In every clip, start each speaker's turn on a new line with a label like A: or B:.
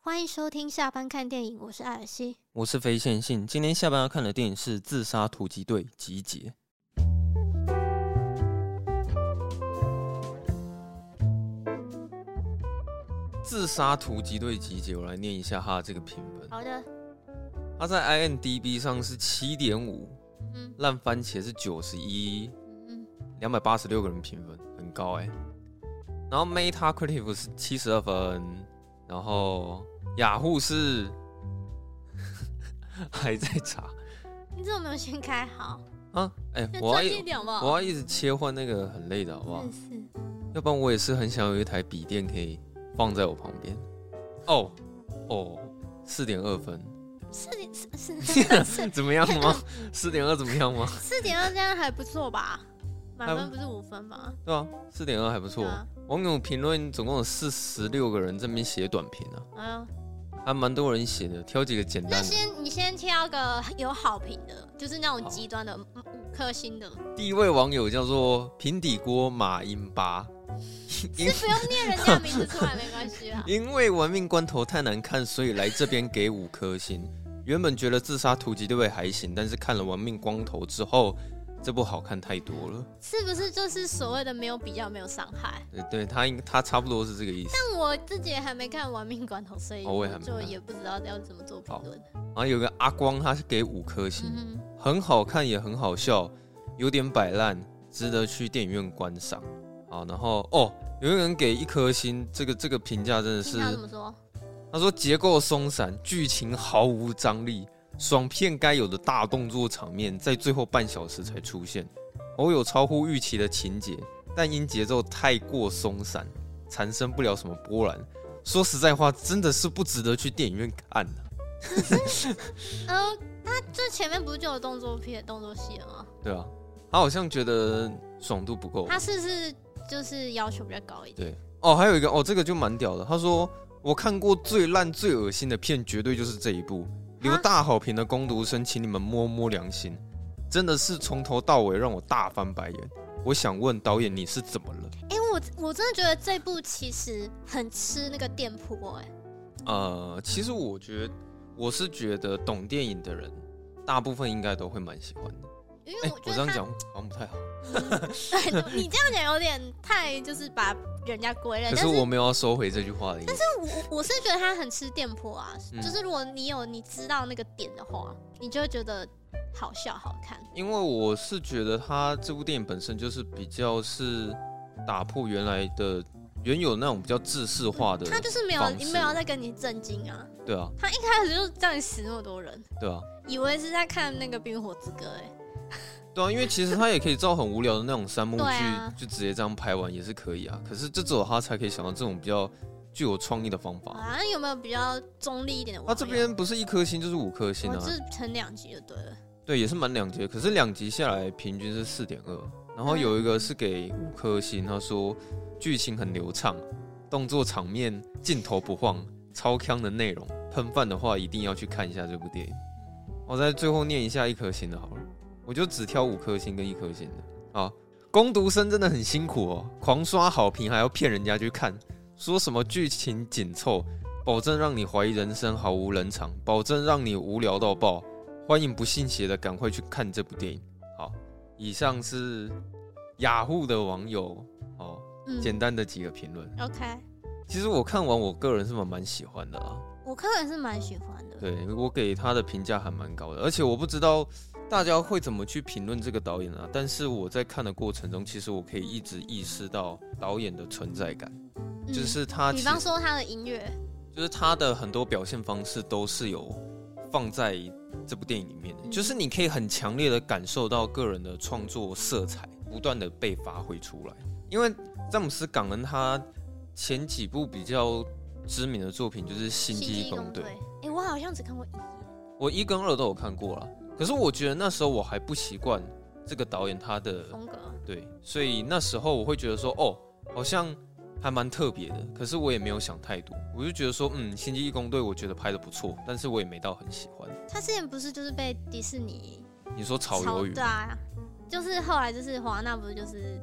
A: 欢迎收听下班看电影，我是艾尔西。
B: 我是非线性，今天下班要看的电影是《自杀突击队：集结》。《自杀突击队：集结》，我来念一下它这个评分，
A: 好的，
B: 它在 IMDB 上是七点五，
A: 嗯
B: 烂番茄是九十一，
A: 嗯
B: 两百八十六个人评分，很高哎、然后 Metacritic 是七十二分，然后雅虎是 还在查
A: 你怎么没有先开好？
B: 啊，哎、
A: 那
B: 我要
A: 专心一
B: 一
A: 点吧。
B: 我要一直切换那个很累的好不好
A: 真？是
B: 要不然我也是很想有一台笔电可以放在我旁边。哦哦，四点二分，
A: 四点四 四四
B: 怎么样吗？四点二怎么样吗？
A: 四点二这样还不错吧？满
B: 还
A: 分
B: 不
A: 不是五分吗？
B: 对啊，四点二还不错
A: 对。啊
B: 网友评论总共有四十六个人在那边写短评啊。
A: 哎呦，
B: 还蛮多人写的，挑几个简
A: 那
B: 单的。
A: 先你先挑个有好评的，就是那种
B: 好
A: 极端的嗯五颗星的，
B: 第一位网友叫做平底锅马英八，因。
A: 是不用念人家名字出来没关系啦
B: 因为玩命关头太难看，所以来这边给五颗星。原本觉得自杀突击队会还行，但是看了玩命光头之后，这部好看太多了。
A: 是不是就是所谓的没有比较没有伤害？
B: 对，对他应他差不多是这个意思。
A: 但我自己也还没看《玩命关头》，所以
B: 哦我也还没
A: 就
B: 看
A: 也不知道要怎么做评论。
B: 然后有个阿光，他是给五颗星，
A: 嗯哼，
B: 很好看也很好笑，有点摆烂，值得去电影院观赏。好，然后哦，有一个人给一颗星，这个这个评价真的是
A: 听他怎么说？
B: 他说结构松散，剧情毫无张力，爽片该有的大动作场面在最后半小时才出现，偶有超乎预期的情节，但因节奏太过松散，产生不了什么波澜。说实在话，真的是不值得去电影院看的、
A: 嗯，他最前面不是就有动作片、动作戏了吗？
B: 对啊，他好像觉得爽度不够。
A: 他是不是就是要求比较高一点？
B: 对哦，还有一个哦，这个就蛮屌的。他说我看过最烂、最恶心的片，绝对就是这一部。
A: 啊
B: 留大好评的攻读生，请你们摸摸良心，真的是从头到尾让我大翻白眼。我想问导演，你是怎么了？
A: 哎、我我真的觉得这部其实很吃那个店铺哎、
B: 呃，其实我觉得我是觉得懂电影的人，大部分应该都会蛮喜欢的。
A: 因为
B: 哎、
A: 我
B: 我
A: 觉得
B: 这样
A: 他，
B: 讲好像不太好，
A: 对你这样讲有点太就是把人家归类，
B: 可
A: 但
B: 是
A: 是
B: 我没有要收回这句话的意思。
A: 我我是觉得他很吃店铺啊，
B: 嗯
A: 就是如果你有你知道那个点的话，你就会觉得好笑好看。
B: 因为我是觉得他这部电影本身就是比较是打破原来的原有那种比较制式化的，
A: 他就是没有
B: 方式
A: 没有在跟你震惊啊，
B: 对啊，
A: 他一开始就叫你死那么多人，
B: 对啊，
A: 以为是在看那个《冰与火之歌》哎，
B: 对啊，因为其实他也可以照很无聊的那种三幕剧，
A: 对啊
B: 就直接这样拍完也是可以啊。可是就只有他才可以想到这种比较具有创意的方法。
A: 啊，有没有比较中立一点的网友？
B: 他啊这边不是一颗星就是五颗星
A: 我
B: 啊，
A: 就是成两集就对了，
B: 对，也是蛮两极。可是两集下来平均是四点二，然后有一个是给五颗星，他说剧情很流畅，动作场面镜头不晃，超强的内容。喷饭的话一定要去看一下这部电影。我在最后念一下一颗星的好了，我就只挑五颗星跟一颗星的啊。攻读生真的很辛苦哦，狂刷好评还要骗人家去看，说什么剧情紧凑，保证让你怀疑人生毫无人场，保证让你无聊到爆。欢迎不信邪的赶快去看这部电影。好，以上是雅虎的网友哦，
A: 嗯
B: 简单的几个评论。
A: ，OK，
B: 其实我看完，我个人是蛮蛮喜欢的啦。
A: 我个人是蛮喜欢的，
B: 对我给他的评价还蛮高的，而且我不知道大家会怎么去评论这个导演啊。但是我在看的过程中，其实我可以一直意识到导演的存在感，
A: 嗯
B: 就是他
A: 比
B: 其
A: 方
B: 实
A: 说他的音乐，
B: 就是他的很多表现方式都是有放在这部电影里面的，
A: 嗯
B: 就是你可以很强烈的感受到个人的创作色彩不断的被发挥出来。因为詹姆斯·港恩他前几部比较知名的作品就是《星际异攻队》，
A: 哎、诶我好像只看过一集，
B: 我一跟二都有看过了，可是我觉得那时候我还不习惯这个导演他的
A: 风格，
B: 对，所以那时候我会觉得说，哦，好像还蛮特别的。可是我也没有想太多，我就觉得说，嗯，《星际义工队》我觉得拍的不错，但是我也没到很喜欢。
A: 他之前不是就是被迪士尼
B: 你说炒鱿鱼
A: 对，啊，就是后来就是华纳不是就是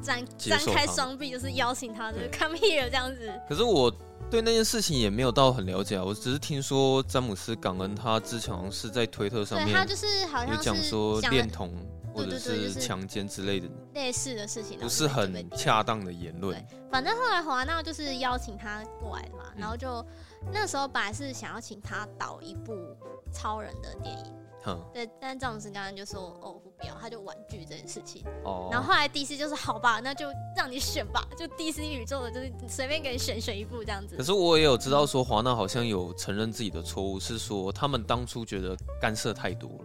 A: 展
B: 接
A: 展
B: 受
A: 开
B: 他
A: 双臂，就是邀请他，就是
B: 对
A: come here 这样子。
B: 可是我对那件事情也没有到很了解啊，我只是听说詹姆斯·港恩他之前好像是在推特上
A: 对他
B: 面
A: 就是好
B: 有
A: 像
B: 讲
A: 是
B: 说
A: 讲
B: 恋
A: 了
B: 童或
A: 对
B: 者
A: 对对就是是
B: 强奸之类的，
A: 类似的事情，
B: 不是很
A: 强。
B: 恰当的言论。
A: 反正后来华纳就是邀请他过来的嘛，
B: 嗯
A: 然后就那时候本来是想要请他导一部超人的电影，
B: 哼，
A: 对，但詹姆斯刚刚就说哦我不要，他就婉拒这件事情。
B: 哦，
A: 然后后来 DC 就是好吧，那就让你选吧，就 DC 宇宙的，就是随便给你选选一部这样子
B: 可。是我也有知道说，华纳好像有承认自己的错误，是说他们当初觉得干涉太多了。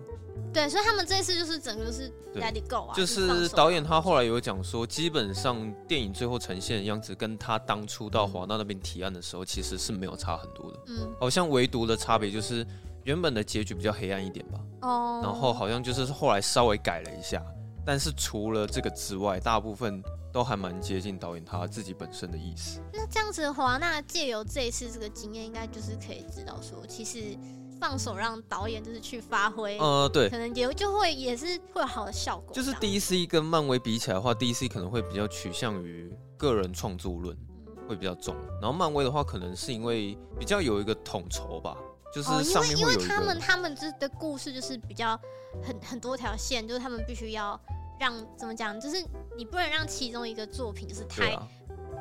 A: 对，所以他们这次就是整个就是 Let
B: 对
A: It Go 啊，放
B: 就是
A: 手
B: 导演他后来有讲说，基本上电影最后呈现的样子，跟他当初到华纳那边提案的时候，其实是没有差很多的。
A: 嗯
B: 好像唯独的差别就是原本的结局比较黑暗一点吧，
A: 哦，
B: 然后好像就是后来稍微改了一下，但是除了这个之外，大部分都还蛮接近导演他自己本身的意思。
A: 那这样子，华纳借由这一次这个经验，应该就是可以知道说，其实放手让导演就是去发挥，
B: 呃，对，
A: 可能也就会也是会有好的效果。
B: 就是
A: 第，
B: DC 跟漫威比起来的话，DC 可能会比较取向于个人创作论
A: 嗯
B: 会比较重，然后漫威的话可能是因为比较有一个统筹吧，就是
A: 哦，因
B: 上
A: 为
B: 面
A: 因
B: 会
A: 为
B: 有一
A: 他
B: 个
A: 们他们这的故事就是比较很很多条线，就是他们必须要让怎么讲，就是你不能让其中一个作品就是
B: 对
A: 太、
B: 啊。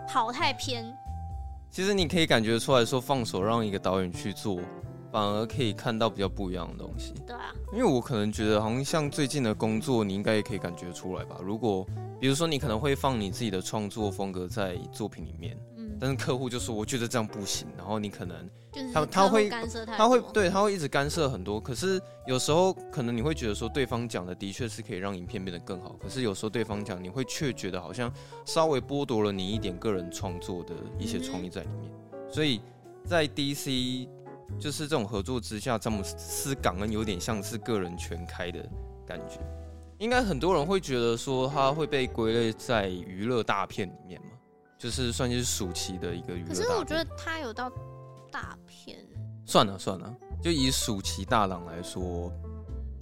A: 跑太偏，
B: 其实你可以感觉出来说，放手让一个导演去做，反而可以看到比较不一样的东西。
A: 对啊，
B: 因为我可能觉得，好像像最近的工作，你应该也可以感觉出来吧。如果比如说你可能会放你自己的创作风格在作品里面，
A: 嗯，
B: 但是客户就说我觉得这样不行，然后你可能
A: 就是
B: 他他
A: 客户
B: 会
A: 干涉太
B: 他会
A: 多
B: 对他会一直干涉很多，可是有时候可能你会觉得说对方讲的的确是可以让影片变得更好，可是有时候对方讲你会却觉得好像稍微剥夺了你一点个人创作的一些创
A: 嗯
B: 意在里面，所以在 DC 就是这种合作之下，詹姆斯港恩有点像是个人全开的感觉，应该很多人会觉得说他会被归类在娱乐大片里面嘛，就是算是暑期的一个娱乐
A: 可
B: 大片。
A: 是我觉得他有到大片，
B: 算了算了，就以暑期大郎来说，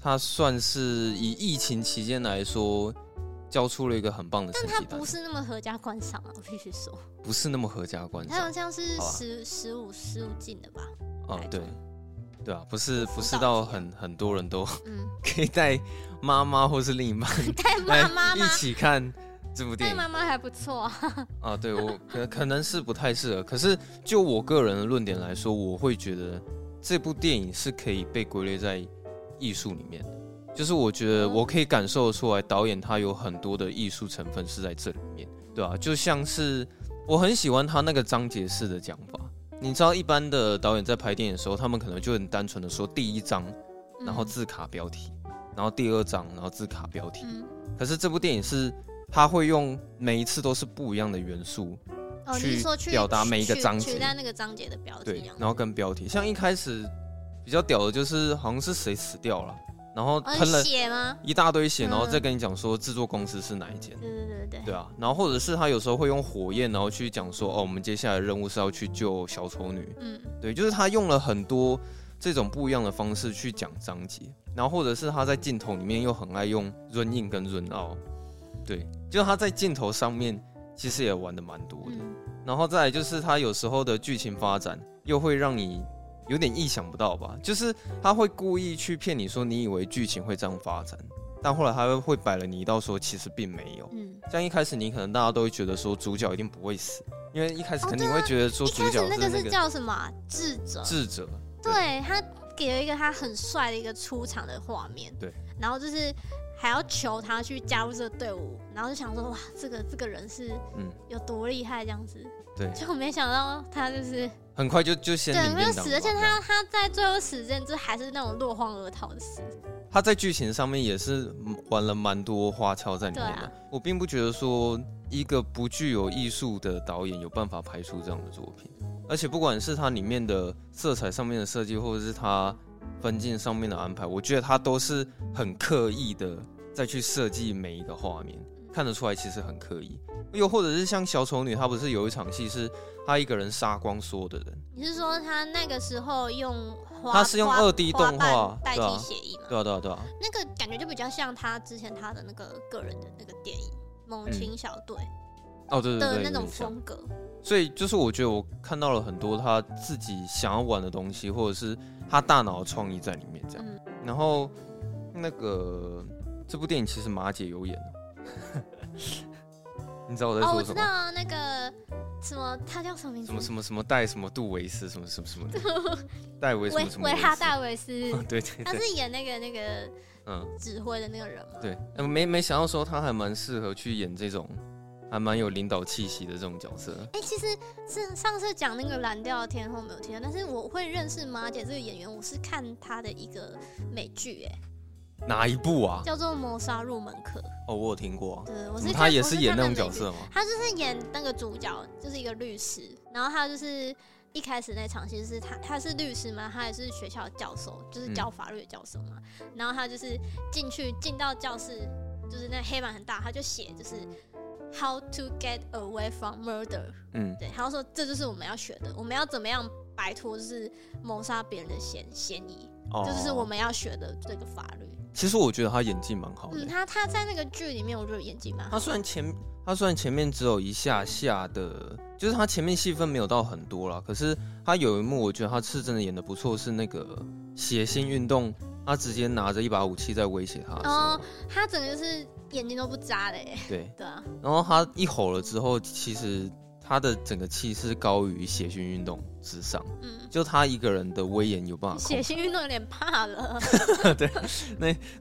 B: 他算是以疫情期间来说，交出了一个很棒的成
A: 但
B: 绩
A: 他
B: 单。
A: 不是那么合家观赏啊，我必须说。
B: 不是那么合家观
A: 它好
B: 赏
A: 像是
B: 好啊吧
A: 十十五十五进的吧？
B: 啊， 对对啊，不是不是
A: 辅导
B: 到
A: 级啊
B: 很很多人都
A: 嗯，
B: 可以带妈妈或是另一半
A: 带妈妈
B: 来一
A: 吗？
B: 起看这部电
A: 带
B: 影
A: 妈妈还不错啊。
B: 啊。对我可可能是不太适合，可是就我个人的论点来说，我会觉得这部电影是可以被归类在艺术里面的。就是我觉得我可以感受得出来，导演他有很多的艺术成分是在这里面，对啊，就像是我很喜欢他那个章节式的讲法。你知道，一般的导演在拍电影的时候，他们可能就很单纯的说第一章，然
A: 嗯
B: 后字卡标题，然后第二章，然后字卡标题。
A: 嗯，
B: 可是这部电影是，他会用每一次都是不一样的元素，
A: 嗯哦，你
B: 去
A: 是说去
B: 表达每一个
A: 取
B: 章节
A: 取代那个章节的标题
B: 对
A: 这样，子，
B: 然后跟标题，像一开始比较屌的就是好像是谁死掉了，然后
A: 哦
B: 喷了
A: 血吗？
B: 一大堆血，
A: 嗯
B: 然后再跟你讲说制作公司是哪一间，
A: 对对对对
B: 对啊，然后或者是他有时候会用火焰，然后去讲说哦，我们接下来的任务是要去救小丑女，
A: 嗯，
B: 对，就是他用了很多这种不一样的方式去讲章节，然后或者是他在镜头里面又很爱用润印跟润奥，对，就是他在镜头上面其实也玩的蛮多的。
A: 嗯
B: 然后再来就是它有时候的剧情发展又会让你有点意想不到吧，就是他会故意去骗你说你以为剧情会这样发展，但后来他会会摆了你一道说其实并没有。
A: 嗯，
B: 像一开始你可能大家都会觉得说主角一定不会死，因为一开始肯定会觉得说
A: 一
B: 主
A: 开
B: 角
A: 始那个
B: 那
A: 是
B: 个
A: 叫什么啊智者？
B: 智者，对
A: 对他给了一个他很帅的一个出场的画面，
B: 对，
A: 然后就是还要求他去加入这个队伍，然后就想说哇，这个这个人是
B: 嗯
A: 有多厉害这样子，
B: 对
A: 就没想到他就是
B: 很快就就先
A: 对
B: 领
A: 没有
B: 便当
A: 死，而且
B: 了
A: 他他在最后死之前，就还是那种落荒而逃的死，
B: 他在剧情上面也是玩了蛮多花俏在里面的。
A: 对啊
B: 我并不觉得说一个不具有艺术的导演有办法拍出这样的作品，而且不管是它里面的色彩上面的设计，或者是它分镜上面的安排，我觉得他都是很刻意的再去设计每一个画面，
A: 嗯
B: 看得出来其实很刻意。又或者是像小丑女，她不是有一场戏是她一个人杀光所有的人，
A: 你是说他那个时候用花？
B: 他是用
A: 花
B: 2D
A: 花
B: 动画
A: 瓣代
B: 对啊
A: 替协议嘛？
B: 对啊对啊对啊，
A: 那个感觉就比较像他之前他的那个个人的那个电影，猛禽小队
B: 哦，对对对，
A: 的
B: 有
A: 那种
B: 点像
A: 风格，
B: 所以就是我觉得我看到了很多他自己想要玩的东西，或者是他大脑的创意在里面这样。
A: 嗯
B: 然后那个这部电影其实马姐有演哦， 你知道我在
A: 哦，
B: 说
A: 我
B: 什
A: 知
B: 么？
A: 道啊，那个什么，他叫什么名字？
B: 什么什么什么戴什么杜维斯什么什么什么的 戴维什
A: 维
B: 么什么
A: 维
B: 维
A: 哈
B: 斯
A: 大维 斯，
B: 对哦对
A: 他
B: 对，
A: 是演那个那个
B: 嗯，
A: 指挥的那个人吗？
B: 对，呃没没想到说他还蛮适合去演这种还蛮有领导气息的这种角色。
A: 哎、其实是上次讲那个蓝调的天后没有提到，但是我会认识马姐这个演员，我是看她的一个美剧，哎，
B: 哪一部啊？
A: 叫做《谋杀入门课》。
B: 哦，我有听过、啊。
A: 对，我
B: 嗯
A: 是看
B: 他也
A: 我是
B: 演
A: 看
B: 那
A: 她
B: 种
A: 的
B: 角
A: 美剧
B: 色吗？
A: 他就是演那个主角，就是一个律师，然后他就是一开始那场戏就是他他是律师嘛，他也是学校教授，就是教法律的教授嘛，然后他就是进去进到教室，就是那黑板很大，他就写就是 how to get away from murder，
B: 嗯，
A: 对，他说这就是我们要学的，我们要怎么样摆脱就是谋杀别人的嫌嫌疑，
B: 哦
A: 这就是我们要学的这个法律。
B: 其实我觉得他演技蛮好的、
A: 嗯，他他在那个剧里面，我觉得演技蛮好
B: 他虽然前他虽然前面只有一下下的，就是他前面戏份没有到很多啦，可是他有一幕我觉得他是真的演的不错，是那个血腥运动，他直接拿着一把武器在威胁他的时候，
A: 哦他整个就是眼睛都不眨的耶，
B: 对，
A: 对啊。
B: 然后他一吼了之后，其实他的整个气势高于血腥运动之上，
A: 嗯，
B: 就他一个人的威严有办法控
A: 血
B: 制。
A: 腥运动有点怕了。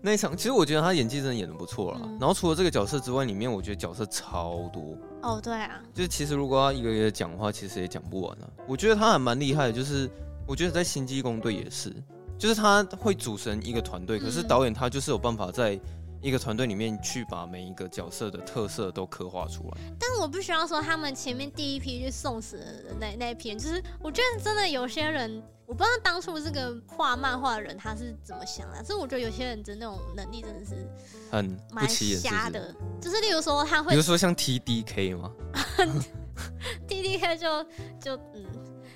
B: 那一场其实我觉得他演技真的演的不错啦。
A: 嗯
B: 然后除了这个角色之外，里面我觉得角色超多，
A: 哦，对啊，
B: 就是其实如果要一个一个讲的话，其实也讲不完啊。我觉得他还蛮厉害的，就是我觉得在《星际异攻队》也是，就是他会组成一个团队，
A: 嗯
B: 可是导演他就是有办法在一个团队里面去把每一个角色的特色都刻画出来。
A: 但是我必须要说，他们前面第一批去送死的那那一批人，就是我觉得真的有些人，我不知道当初这个画漫画的人他是怎么想的，啊但是我觉得有些人的那种能力真的是
B: 很不
A: 蛮
B: 起眼，是不
A: 瞎
B: 是？
A: 的。就是例如说他
B: 比
A: 会
B: 如说像 T D K 吗？
A: T D K 就就嗯，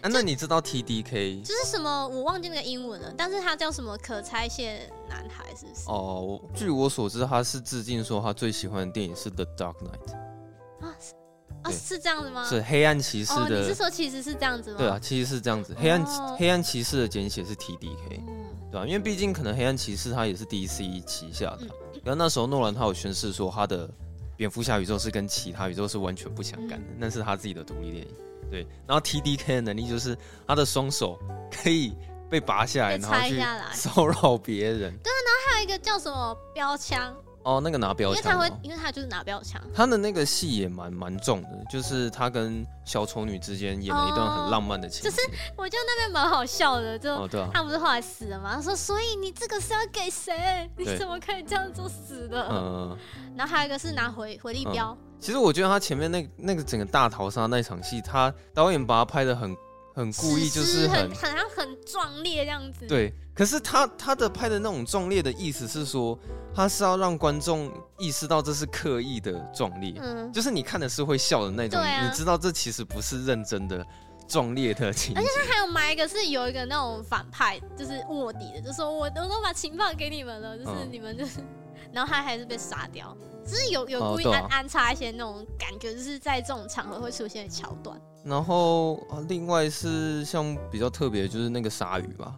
B: 啊，那你知道 T D K？
A: 就是什么我忘记那个英文了，但是他叫什么可拆卸男孩是不是？
B: 哦，我据我所知，他是致敬说他最喜欢的电影是《The Dark Knight
A: 啊是啊
B: 对
A: 是这样子吗》，？
B: 是黑暗骑士
A: 哦，你
B: 的。
A: 是说其实是这样子吗？
B: 对啊，，其实是这样子。黑暗、
A: 哦
B: 黑暗骑士的简写是 T D K。
A: 嗯
B: 对啊，因为毕竟可能黑暗骑士它也是 DC 旗下的啊，
A: 嗯
B: 然后那时候诺兰他有宣誓说他的蝙蝠侠宇宙是跟其他宇宙是完全不相
A: 嗯
B: 干的，那是他自己的独立电影。对，然后 TDK 的能力就是他的双手可以被拔下来，
A: 被
B: 然后
A: 拆
B: 去
A: 下来
B: 骚扰别人。
A: 还有一个叫什么标枪，
B: 哦，那个拿标
A: 因为他
B: 枪、
A: 会
B: 哦，，
A: 因为他就是拿标枪，
B: 他的那个戏也蛮蛮重的，就是他跟小丑女之间演了一段很浪漫的情
A: 哦
B: 节。
A: 我觉得那边蛮好笑的，就。
B: 哦，对啊，
A: 他不是后来死了吗？他说，所以你这个是要给谁？你
B: 对
A: 怎么可以这样做死的？
B: 嗯、呃。
A: 然后还有一个是拿回回力镖，
B: 其实我觉得他前面那那个整个大逃杀那一场戏，他导演把他拍的很很故意，就
A: 史诗
B: 是很
A: 很好像很壮烈这样子。，
B: 对。可是他他的拍的那种壮烈的意思是说，他是要让观众意识到这是刻意的壮烈，
A: 嗯，
B: 就是你看的是会笑的那种，
A: 对啊
B: 你知道这其实不是认真的壮烈的情节。
A: 还有埋一个是有一个那种反派，就是卧底的，就说我我都把情报给你们了，就是
B: 嗯
A: 你们就是，然后他还是被杀掉，就是有有
B: 哦
A: 故意
B: 对
A: 安、
B: 啊
A: 安插一些那种感觉，就是在这种场合会出现的桥段。
B: 然后、啊、另外是像比较特别的就是那个鲨鱼吧，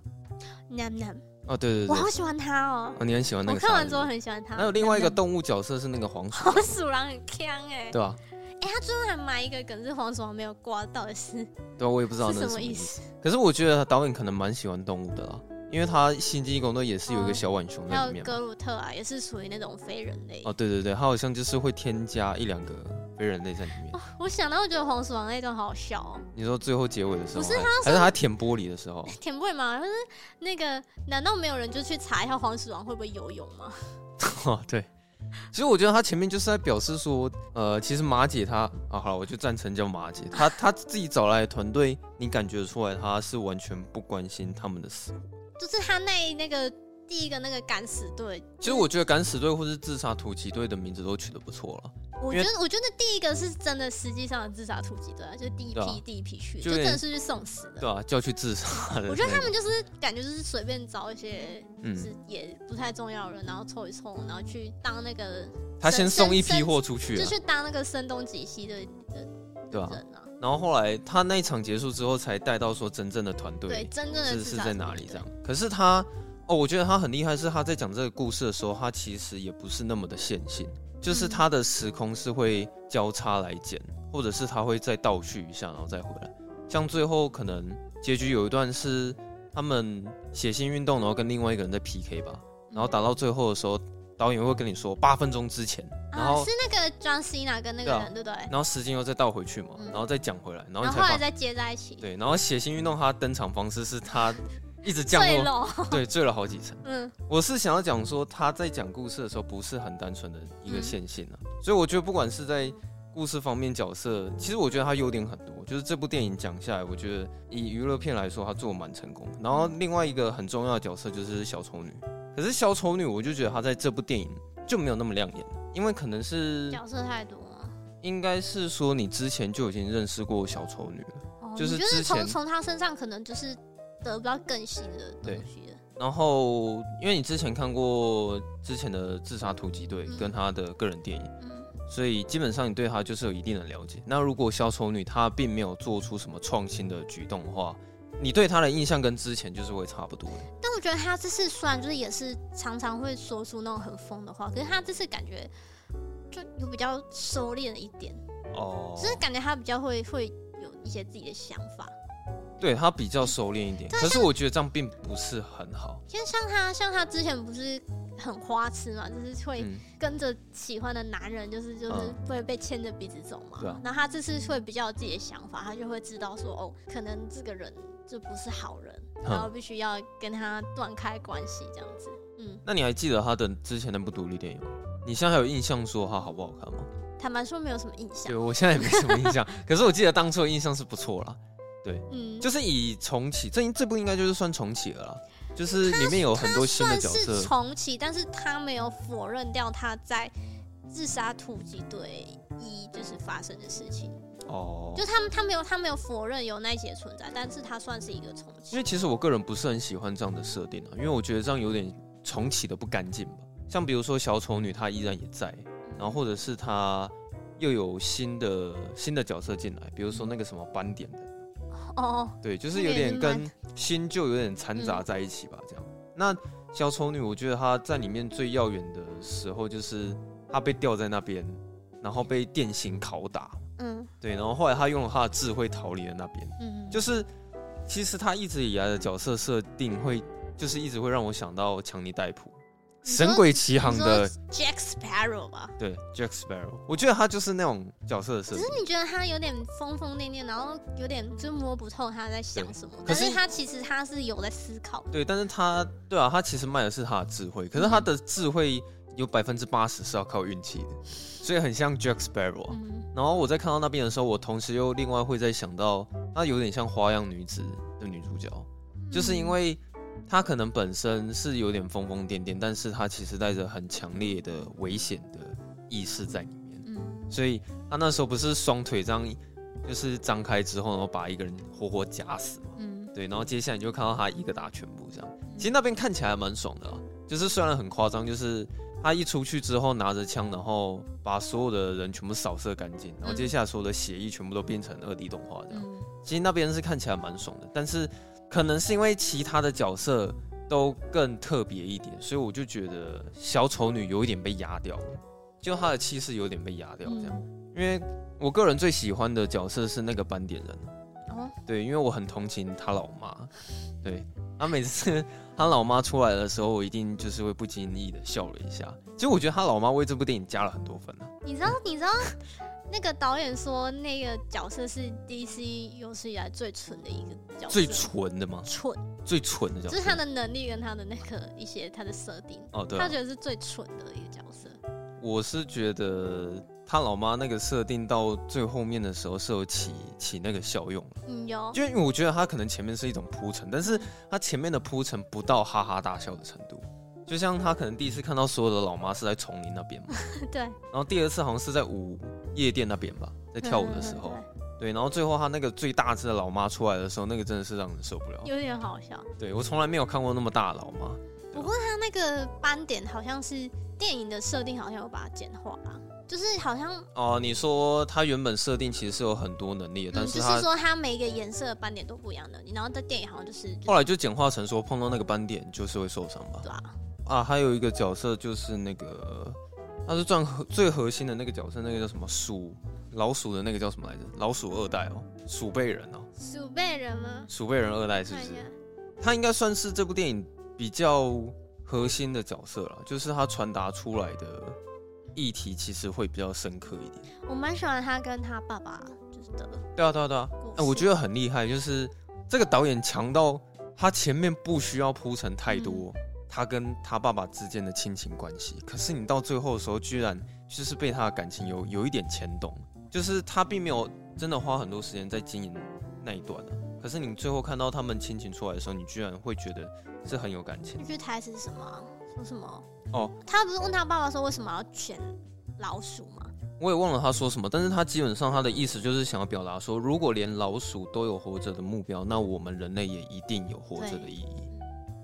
A: nam nam，
B: 哦对对
A: 我
B: 对，
A: 好喜欢他哦
B: 啊、。你很喜欢那
A: 我
B: 个鲨
A: 看
B: 鱼。
A: 完之后很喜欢他。
B: 还有另外一个
A: 真的
B: 动物角色是那个 黄鼠，
A: 黄鼠狼很强哎、欸，
B: 对吧、
A: 哎、他最后还埋一个梗，是黄鼠狼没有挂，到底是
B: 对啊，我也不知道
A: 是
B: 那是
A: 什
B: 什
A: 么
B: 么
A: 意
B: 意
A: 思？
B: 思。可是我觉得导演可能蛮喜欢动物的啦，因为他《星际异攻队》也是有一个小浣熊
A: 哦还
B: 在里
A: 有
B: 面嘛。
A: 格鲁特啊，也是属于那种非人类。
B: 哦，对对对，他好像就是会添加一两个非人类在里面。
A: 我想到，我觉得黄鼠狼那段好好笑哦。
B: 你说最后结尾的时候
A: 不
B: 还，
A: 是
B: 还是他舔玻璃的时候，
A: 田不会吗？就是那个，难道没有人就去查一下黄鼠狼会不会游泳吗？
B: 哦，对。其实我觉得他前面就是在表示说，呃，其实马姐她啊，好了，我就赞成叫马姐，她她自己找来的团队，你感觉出来她是完全不关心他们的死。
A: 就是他那那个第一个那个敢死队，
B: 其实我觉得敢死队或是自杀突击队的名字都取得不错了，
A: 我
B: 因为
A: 觉得，我觉得第一个是真的，实际上的自杀突击队啊，就是第一
B: 对啊
A: 批第一批去，
B: 就
A: 就
B: 有
A: 真
B: 点
A: 的是去送死的。
B: 对啊，就要去自杀的那种。
A: 我觉得他们就是感觉就是随便找一些，就
B: 嗯，
A: 是也不太重要的人，然后凑一凑，然后去当那个，
B: 他先送一
A: 生
B: 批货出去
A: 就
B: 啊，
A: 去当那个声东击西的的
B: 对啊。
A: 人啊。
B: 然后后来他那一场结束之后，才带到说真正的团
A: 对，
B: 队
A: 真正的
B: 是
A: 自
B: 是
A: 杀
B: 在
A: 突
B: 哪
A: 击
B: 里
A: 队
B: 这样。可是他哦，我觉得他很厉害，是他在讲这个故事的时候，他其实也不是那么的线性，就是
A: 嗯
B: 他的时空是会交叉来剪，或者是他会再倒叙一下，然后再回来。像最后可能结局有一段是他们血腥运动，然后跟另外一个人在 PK 吧，然后打到最后的时候，导演会跟你说八分钟之前，然
A: 啊，
B: 后
A: 是那个 John Cena 跟那
B: 对
A: 个
B: 啊
A: 人对不对？
B: 然后时间又再倒回去嘛，
A: 嗯
B: 然后再讲回来，然
A: 然
B: 后你
A: 后
B: 才
A: 后
B: 发
A: 来再接在一起，
B: 对，然后血腥运动他登场方式是他一直降
A: 坠
B: 落，
A: 楼，
B: 对，坠了好几层。
A: 嗯，
B: 我是想要讲说，他在讲故事的时候不是很单纯的一个线性啊，
A: 嗯
B: 所以我觉得不管是在故事方面、角色，其实我觉得他优点很多。就是这部电影讲下来，我觉得以娱乐片来说，他做得蛮成功的。然后另外一个很重要的角色就是小丑女，可是小丑女我就觉得她在这部电影就没有那么亮眼，因为可能是
A: 角色太多了。
B: 应该是说你之前就已经认识过小丑女了。
A: 哦，
B: 就是
A: 你就是
B: 之前
A: 从从他身上可能就是得不到更新的东西了。
B: 然后，因为你之前看过之前的《自杀突击队
A: 嗯》
B: 跟他的个人电影，
A: 嗯，
B: 所以基本上你对他就是有一定的了解。那如果小丑女她并没有做出什么创新的举动的话，你对她的印象跟之前就是会差不多的。
A: 但我觉得他这次虽然就是也是常常会说出那种很疯的话，可是他这次感觉就有比较收敛了一点，
B: 哦
A: 就是感觉他比较会会有一些自己的想法。
B: 对她比较收敛一点，
A: 对
B: 可是我觉得这样并不是很好。
A: 因为像他像他之前不是很花痴嘛，就是会
B: 嗯，
A: 跟着喜欢的男人，就是就是
B: 嗯
A: 会被牵着鼻子走嘛。
B: 对啊
A: 然后他这次会比较有自己的想法，他就会知道说，哦，可能这个人就不是好人，
B: 哼
A: 然后必须要跟他断开关系这样子。嗯，
B: 那你还记得她的之前那部独立电影吗？你现在还有印象说她好不好看吗？
A: 坦白说没有什么印象
B: 对。我现在也没什么印象，可是我记得当初的印象是不错啦。
A: 嗯，
B: 就是以重启，这这部应该就是算重启了啦，就是里面有很多新的
A: 算
B: 角
A: 是
B: 色，
A: 重启，但是他没有否认掉他在自杀突击队一就是发生的事情，
B: 哦
A: 就。他们他没有他没有否认有那一节存在，但是他算是一个重
B: 因
A: 启
B: 为。其实我个人不是很喜欢这样的设定啊，因为我觉得这样有点重启的不干净吧。像比如说小丑女她依然也在，然后或者是她又有新的新的角色进来，比如说那个什么斑点的，
A: 哦，
B: 对，就是
A: 那个
B: 有
A: 也
B: 点
A: 是嗯
B: 跟
A: 蛮
B: 新旧有点掺杂在一起吧，这样。那小丑女，我觉得她在里面最耀眼的时候，就是她被吊在那边，然后被电刑拷打，
A: 嗯
B: 对，然后后来她用了她的智慧逃离了那边。
A: 嗯，
B: 就是其实她一直以来的角色设定会，就是一直会让我想到强尼戴普，《
A: 你
B: 神
A: 说
B: 鬼奇航
A: 你》
B: 的
A: 说 Jack Sparrow 吧？
B: 对 Jack Sparrow，我觉得他就是那种角色的设
A: 只
B: 定
A: 是。你觉得他有点疯疯癫癫，然后有点就摸不透他在想什么，
B: 可
A: 但
B: 是哦
A: 是他其实他是有在思考的。
B: 对，但是他对啊，他其实卖的是他的智慧，可是他的智慧有百分之八十是要靠运气的，所以很像 Jack Sparrow 啊、
A: 嗯，
B: 然后我在看到那边的时候，我同时又另外会在想到，她有点像花样女子的女主角，
A: 嗯
B: 就是因为她可能本身是有点疯疯癫癫，但是她其实带着很强烈的危险的意识在里面，
A: 嗯，
B: 所以她那时候不是双腿这样就是张开之后，然后把一个人活活夹死嘛。
A: 嗯嗯，
B: 对，然后接下来你就看到他一个打全部这样。
A: 嗯
B: 其实那边看起来还蛮爽的、啊，就是虽然很夸张，就是他一出去之后拿着枪，然后把所有的人全部扫射干净，然后接下来所有的血液全部都变成二 D 动画这样。
A: 嗯
B: 其实那边是看起来蛮爽的，但是可能是因为其他的角色都更特别一点，所以我就觉得小丑女有一点被压掉了，就她的气势有点被压掉啊这样。
A: 嗯
B: 因为我个人最喜欢的角色是那个斑点人。
A: 哦，
B: 对，因为我很同情他老妈，对他每次他老妈出来的时候，我一定就是会不经意的笑了一下。其实我觉得他老妈为这部电影加了很多分啊。
A: 你知道你知道那个导演说那个角色是 DC 有史以来最蠢的一个角色，
B: 最纯的嘛，
A: 蠢，
B: 最纯的角
A: 就
B: 色。
A: 是他的能力跟他的那个一些他的设定，
B: 哦，对啊、
A: 他觉得是最蠢的一个角色。
B: 我是觉得他老妈那个设定到最后面的时候是有起起那个效用，
A: 嗯，有，
B: 就因为我觉得他可能前面是一种铺陈，但是他前面的铺陈不到哈哈大笑的程度，就像他可能第一次看到所有的老妈是在丛林那边嘛，
A: 对，
B: 然后第二次好像是在舞夜店那边吧，在跳舞的时候
A: 嗯，
B: 对，然后最后他那个最大只的老妈出来的时候，那个真的是让人受不了
A: 对。有点好笑。
B: 对我从来没有看过那么大的老妈，
A: 他那个斑点好像是电影的设定，好像有把它简化啊，就是好像，
B: 哦、你说他原本设定其实是有很多能力的，
A: 嗯，
B: 但
A: 就是是
B: 他
A: 说它每一个颜色的斑点都不一样的，然后在电影好像就是
B: 后来就简化成说碰到那个斑点就是会受伤吧
A: 对。吧？
B: 啊，还有一个角色就是那个，他是最核最核心的那个角色，那个叫什么鼠老鼠的那个叫什么来着？老鼠二代哦，鼠辈人哦，
A: 鼠辈人吗？
B: 鼠辈人二代是不
A: 看
B: 是
A: 一？下，
B: 他应该算是这部电影比较核心的角色了，就是他传达出来的议题其实会比较深刻一点。
A: 我蛮喜欢他跟他爸爸就是的
B: 对啊，对啊，对啊，
A: 故
B: 哎、
A: 事。
B: 我觉得很厉害，就是这个导演强到他前面不需要铺陈太多他跟他爸爸之间的亲情关系，可是你到最后的时候，居然就是被他的感情有有一点牵动，就是他并没有真的花很多时间在经营那一段、啊、可是你最后看到他们亲情出来的时候，你居然会觉得是很有感情
A: 那。句台词是什么啊？说什么？
B: 哦，
A: 他不是问他爸爸说为什么要选老鼠吗？
B: 我也忘了他说什么，但是他基本上他的意思就是想要表达说，如果连老鼠都有活着的目标，那我们人类也一定有活着的意义。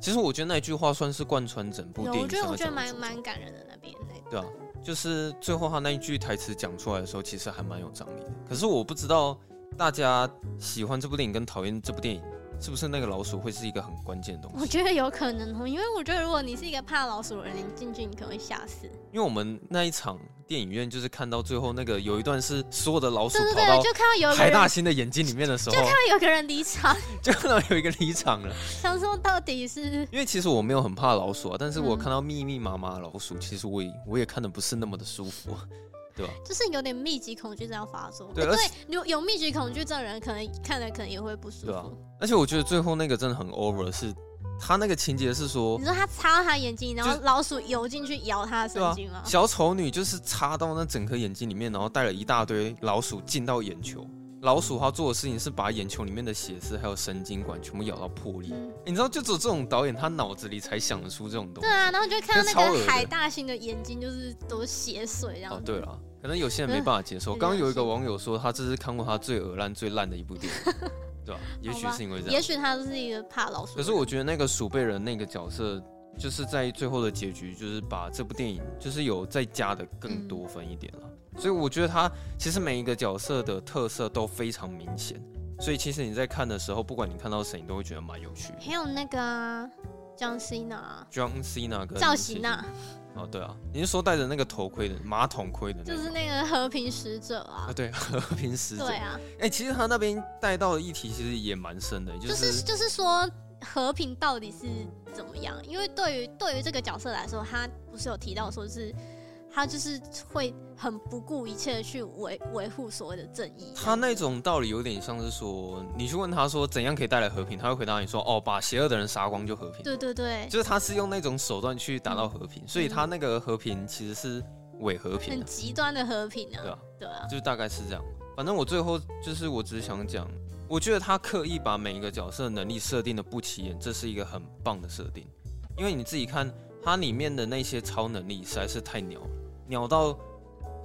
B: 其实我觉得那句话算是贯穿整部
A: 有，
B: 电影。
A: 我觉得我觉得蛮蛮感人的那边那
B: 对啊，就是最后他那一句台词讲出来的时候，其实还蛮有张力的。可是我不知道大家喜欢这部电影跟讨厌这部电影是不是那个老鼠会是一个很关键的东
A: 我
B: 西，
A: 觉得有可能哦，因为我觉得如果你是一个怕老鼠的人，你进去你可能会吓死。
B: 因为我们那一场电影院就是看到最后那个有一段是所有的老鼠
A: 对对
B: 跑
A: 对，
B: 到
A: 就看到有一个
B: 海
A: 人，
B: 大
A: 看
B: 星的眼睛里面的时候，
A: 到有个人离场，
B: 就看到有一个离场了。
A: 想说到底是
B: 因为其实我没有很怕老鼠啊，但是我
A: 嗯
B: 看到密密麻麻的老鼠，其实我也我也看的不是那么的舒服。
A: 就是有点密集恐惧症要发作。
B: 对
A: 哎
B: 而
A: 对
B: 且，
A: 有有密集恐惧症的人，可能看了可能也会不舒
B: 对啊
A: 服。
B: 而且我觉得最后那个真的很 over，的是他那个情节是说
A: 你，说他插到他眼睛，然后
B: 就
A: 老鼠游进去咬他的
B: 对啊
A: 神经吗？
B: 小丑女就是插到那整颗眼睛里面，然后带了一大堆老鼠进到眼球。老鼠它做的事情是把眼球里面的血丝还有神经管全部咬到破裂。
A: 嗯
B: 你知道，就只有这种导演，他脑子里才想得出这种东
A: 对
B: 西。
A: 啊，然后就看到
B: 这超
A: 那
B: 恶的
A: 个海大星的眼睛就是都血水这样
B: 哦
A: 子。，
B: 对了，可能有些人没办法接受。
A: 嗯
B: 刚刚有一个网友说，他这是看过他最恶烂、最烂的一部 电影，对吧？也许是因为这样。
A: 也许他就是一个怕老鼠的
B: 可
A: 人。
B: 是我觉得那个鼠辈人那个角色，就是在最后的结局，就是把这部电影就是有再加的
A: 嗯
B: 更多分一点了。所以我觉得他其实每一个角色的特色都非常明显，所以其实你在看的时候，不管你看到谁，你都会觉得蛮有趣的。
A: 还有那个啊，John Cena，
B: John Cena 跟
A: 啊赵喜娜，
B: 哦，对啊，你是说戴着那个头盔的马桶盔的
A: 就
B: 那个吗？
A: 是那个和平使者啊
B: 啊，。对， 和平使者。
A: 对
B: 哎、
A: 啊，
B: 其实他那边带到的议题其实也蛮深的，就、
A: 就是是就是说和平到底是怎么样？因为对于对于这个角色来说，他不是有提到说是他就是会很不顾一切的去维维护所谓的正义。啊
B: 他那种道理有点像是说，你去问他说怎样可以带来和平，他会回答你说哦，把邪恶的人杀光就和平。
A: 对对对，
B: 就是他是用那种手段去达到和平，所以他那个和平其实是伪和平
A: 很
B: 的，
A: 极端的和平
B: 啊对
A: 啊，
B: 啊？
A: 对啊，
B: 就是大概是这样。反正我最后就是我只是想讲，我觉得他刻意把每一个角色的能力设定的不起眼，这是一个很棒的设定，因为你自己看它里面的那些超能力实在是太鸟了，鸟到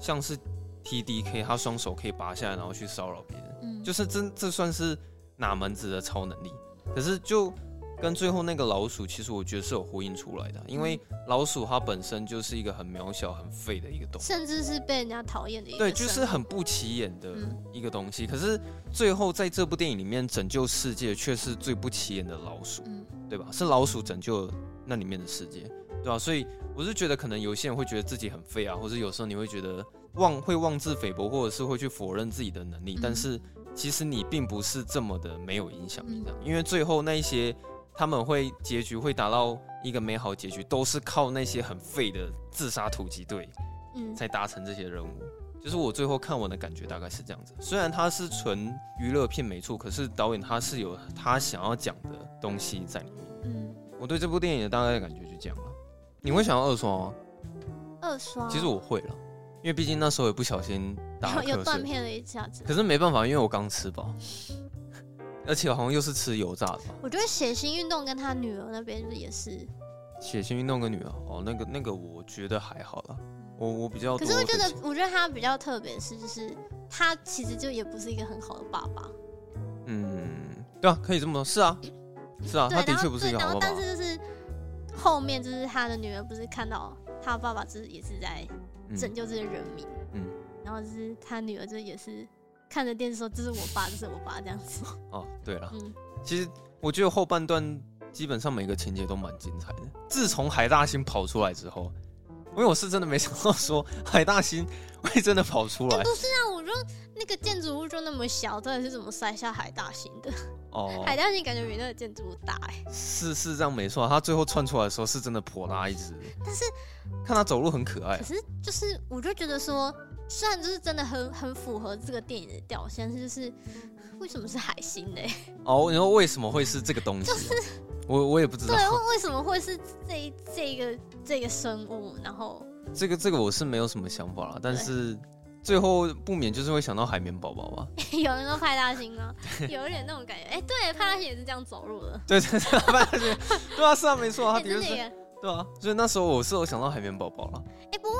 B: 像是 TDK，他双手可以拔下来然后去骚扰别人。
A: 嗯，
B: 就是真这算是哪门子的超能力？可是就跟最后那个老鼠，其实我觉得是有呼应出来的啊，因为老鼠它本身就是一个很渺小、很废的一个东西，
A: 甚至是被人家讨厌的一个
B: 对，就是
A: 生
B: 很不起眼的
A: 嗯
B: 一个东西。可是最后在这部电影里面拯救世界，却是最不起眼的老鼠，
A: 嗯
B: 对吧？是老鼠拯救了那里面的世界，对吧、所以我是觉得，可能有些人会觉得自己很废啊，或者有时候你会觉得妄会妄自菲薄，或者是会去否认自己的能力，
A: 嗯
B: 但是其实你并不是这么的没有影响
A: 嗯
B: 力的，因为最后那一些他们会结局会达到一个美好结局，都是靠那些很废的自杀突击队
A: 嗯，
B: 才达成这些任务。就是我最后看完的感觉大概是这样子，虽然它是纯娱乐片没错，可是导演他是有他想要讲的东西在里面。
A: 嗯，
B: 我对这部电影的大概的感觉就这样了。你会想要二刷吗？
A: 二刷，
B: 其实我会了，因为毕竟那时候也不小心打了
A: 有有
B: 瞌
A: 断
B: 睡，
A: 片了一下子。
B: 可是没办法，因为我刚吃饱，而且好像又是吃油炸的吧。
A: 我觉得血腥运动跟他女儿那边就是也是
B: 血腥运动跟女啊，哦，那个那个我觉得还好啦，我我比较
A: 可
B: 多
A: 是我觉
B: 的
A: 得
B: 情，
A: 我觉得他比较特别是，就是他其实就也不是一个很好的爸爸。
B: 啊嗯，对啊，可以这么说，是啊，是啊，
A: 对，
B: 他的
A: 然
B: 确
A: 后
B: 不是一
A: 对，
B: 个
A: 然
B: 好
A: 后
B: 爸
A: 但
B: 爸，
A: 是就是后面就是他的女儿不是看到他爸爸就是也是在拯
B: 嗯，
A: 救这些人民，
B: 嗯
A: 然后就是他女儿就也是看着电视说这是我爸，这是我爸这样 子，
B: 哦，对了，
A: 嗯，
B: 其实我觉得后半段基本上每个情节都蛮精彩的。自从海大星跑出来之后，因为我是真的没想到说海大星会真的跑出来
A: 不是啊，我说那个建筑物就那么小，到底是怎么塞下海大型的？
B: 哦，
A: 海大型感觉比那个建筑物大哎、
B: 是是这样没错啊。他最后窜出来的时候是真的颇大一只，
A: 但是
B: 看他走路很可爱
A: 可，是就是我就觉得说，虽然就是真的很很符合这个电影的调性，但是就是为什么是海星呢？
B: 哦，然后为什么会是这个东西啊？我我也不知道
A: 对，，哦为为什么会是这一这一个这个生物？然后
B: 这个这个我是没有什么想法啦，但是最后不免就是会想到海绵宝啊宝吧。
A: 有人说派大星 啊，有一点那种感觉。哎、对，派大星也是这样走路的，
B: 对对对， 反正是对啊，是啊，没错啊，
A: 哎
B: 他的
A: 真
B: 确
A: 的
B: 是，
A: 耶。
B: 对啊，所以那时候我是有想到海绵宝宝了。
A: 哎、不过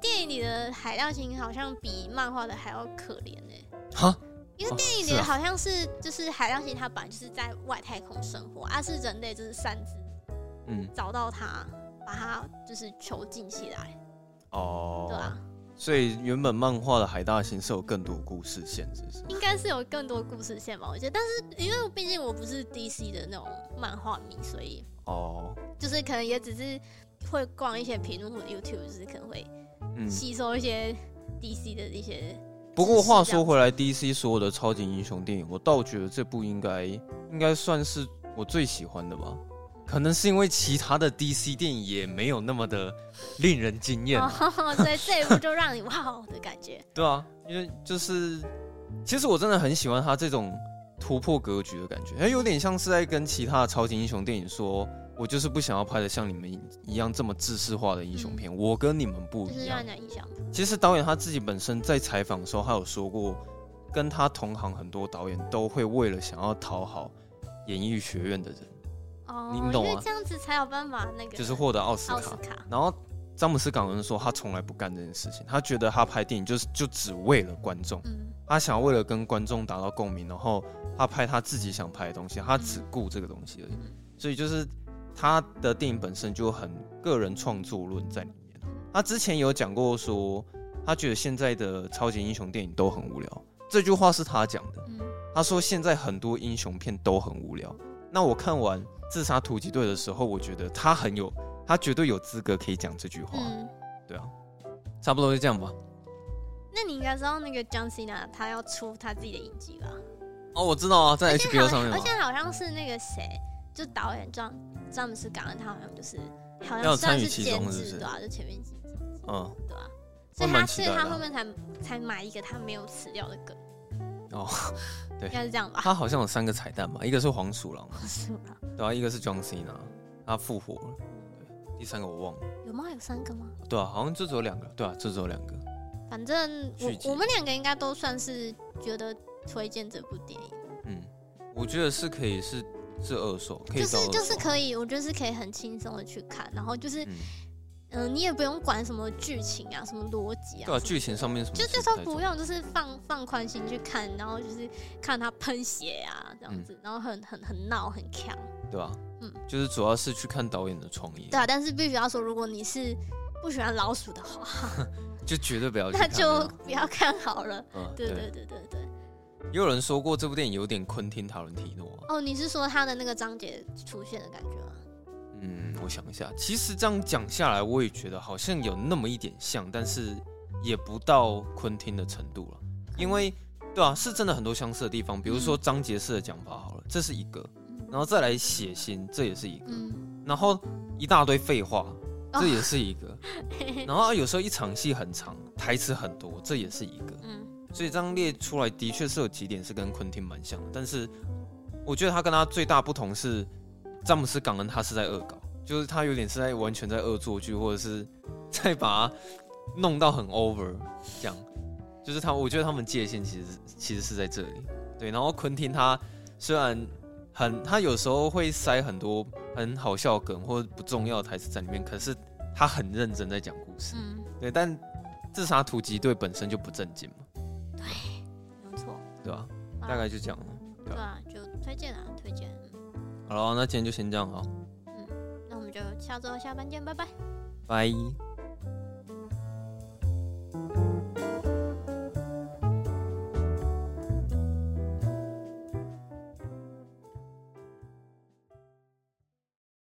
A: 电影里的海大星好像比漫画的还要可怜哎、
B: 哈，
A: 因为
B: 电
A: 电影里的好像是就是海大星，它本来就是在外太空生活，而、是人类就是擅自
B: 嗯，
A: 找到它，把它就是囚禁起来，
B: 哦，
A: 对啊，
B: 所以原本漫画的海大星是有更多故事线，是不是？
A: 应该是有更多故事线吧，我觉得。但是因为毕竟我不是 DC 的那种漫画迷，所以
B: 哦，
A: 就是可能也只是会逛一些评论或者 YouTube，就是可能会
B: 嗯。
A: 吸收一些 DC 的一些。
B: 不过话说回来，DC 所有的超级英雄电影，我倒觉得这部应该应该算是我最喜欢的吧。可能是因为其他的 DC 电影也没有那么的令人惊艳啊、
A: 哦，所以这一部就让你哇哦的感觉。
B: 对啊，因为就是，其实我真的很喜欢他这种突破格局的感觉，哎，有点像是在跟其他的超级英雄电影说，我就是不想要拍的像你们一样这么制式化的英雄片，我跟你们 不
A: 嗯就
B: 一
A: 是
B: 样
A: 让。人印象。
B: 其实导演他自己本身在采访的时候，他有说过，跟他同行很多导演都会为了想要讨好演艺学院的人，
A: 哦，
B: 你懂啊
A: 因为这样子才有办法那个，
B: 就是获得奥斯
A: 奥
B: 卡。
A: 斯卡。
B: 然后詹姆斯·港恩说，他从来不干这件事情，他觉得他拍电影就是就只为了观众。
A: 嗯，
B: 他想要为了跟观众达到共鸣，然后他拍他自己想拍的东西，他只顾这个东西而已。
A: 嗯
B: 所以就是他的电影本身就很个人创作论在里面。他之前有讲过说，他觉得现在的超级英雄电影都很无聊，这句话是他讲的。
A: 嗯
B: 他说现在很多英雄片都很无聊。那我看完《自杀突击队》的时候，我觉得他很有，他绝对有资格可以讲这句话。
A: 嗯，
B: 对啊，差不多就这样吧。
A: 那你应该知道那个 John Cena 他要出他自己的影集吧？
B: 哦，我知道啊，在
A: 而且好
B: HBO 上面嘛
A: 而且好像是那个谁，就导演詹詹姆斯·港恩，他好像就是好
B: 要
A: 像
B: 参
A: 算
B: 与
A: 是
B: 其中
A: 监
B: 是不
A: 制
B: 是
A: 对啊，就前面几集
B: 嗯。
A: 对啊，
B: 我
A: 所以
B: 蛮
A: 他
B: 期
A: 所
B: 待
A: 以
B: 的啊
A: 他后面才才买一个他没有辞掉的梗。
B: 哦， 对
A: 应该是这样吧。
B: 他好像有三个彩蛋吧，一个是黄鼠狼，
A: 是吧？
B: 对啊，一个是 John Cena，他复活了，对，第三个我忘了，
A: 有吗？有三个吗？
B: 对啊，好像就只有两个，对啊，就只有两个，
A: 反正
B: 续集
A: 我我们两个应该都算是觉得推荐这部电影，
B: 嗯，我觉得是可以是是二手，可以
A: 就
B: 到
A: 是
B: 二
A: 就是
B: 手
A: 可以，我觉得是可以很轻松的去看，然后就是
B: 嗯，
A: 嗯、你也不用管什么剧情啊，什么逻辑啊，
B: 对啊，
A: 什么
B: 剧情上面什么
A: 就
B: 事
A: 就
B: 太
A: 说
B: 重
A: 不用，就是放放宽心去看，然后就是看他喷血啊这
B: 嗯
A: 样子，然后很很很闹很强，
B: 对吧、嗯
A: 嗯，
B: 就是主要是去看导演的创意，
A: 对啊，但是必须要说，如果你是不喜欢老鼠的话，
B: 就绝对不要去
A: 那
B: 看
A: 就
B: 个
A: 不要看好了。
B: 嗯，
A: 对
B: 对
A: 对对对对。
B: 也有人说过这部电影有点昆汀塔伦提诺、啊，
A: 哦，你是说他的那个章节出现的感觉吗？
B: 嗯，我想一下，其实这样讲下来，我也觉得好像有那么一点像，但是也不到昆汀的程度了。因为对啊，是真的很多相似的地方，比如说章节式的讲法好了，这是一个，然后再来血腥，这也是一个，
A: 嗯，
B: 然后一大堆废话，
A: 哦
B: 这也是一个，然后啊有时候一场戏很长，台词很多，这也是一个，
A: 嗯
B: 所以这样列出来的确是有几点是跟昆汀蛮像的，但是我觉得他跟他最大不同是，詹姆斯·港恩他是在恶搞，就是他有点是在完全在恶作剧，或者是在把它弄到很 over 这样，就是他，我觉得他们界限其实其实是在这里，对。然后昆汀他虽然很，他有时候会塞很多很好笑的梗或者不重要的台词在里面，可是他很认真在讲故事。
A: 嗯，
B: 对，但自杀突击队本身就不正经嘛，
A: 没错，
B: 对吧、
A: 好
B: 大概就这样了。
A: 对啊，就推荐啊，推荐。
B: 好了，那今天就先这样了，
A: 那我们就下周下班见，拜拜。
B: 拜。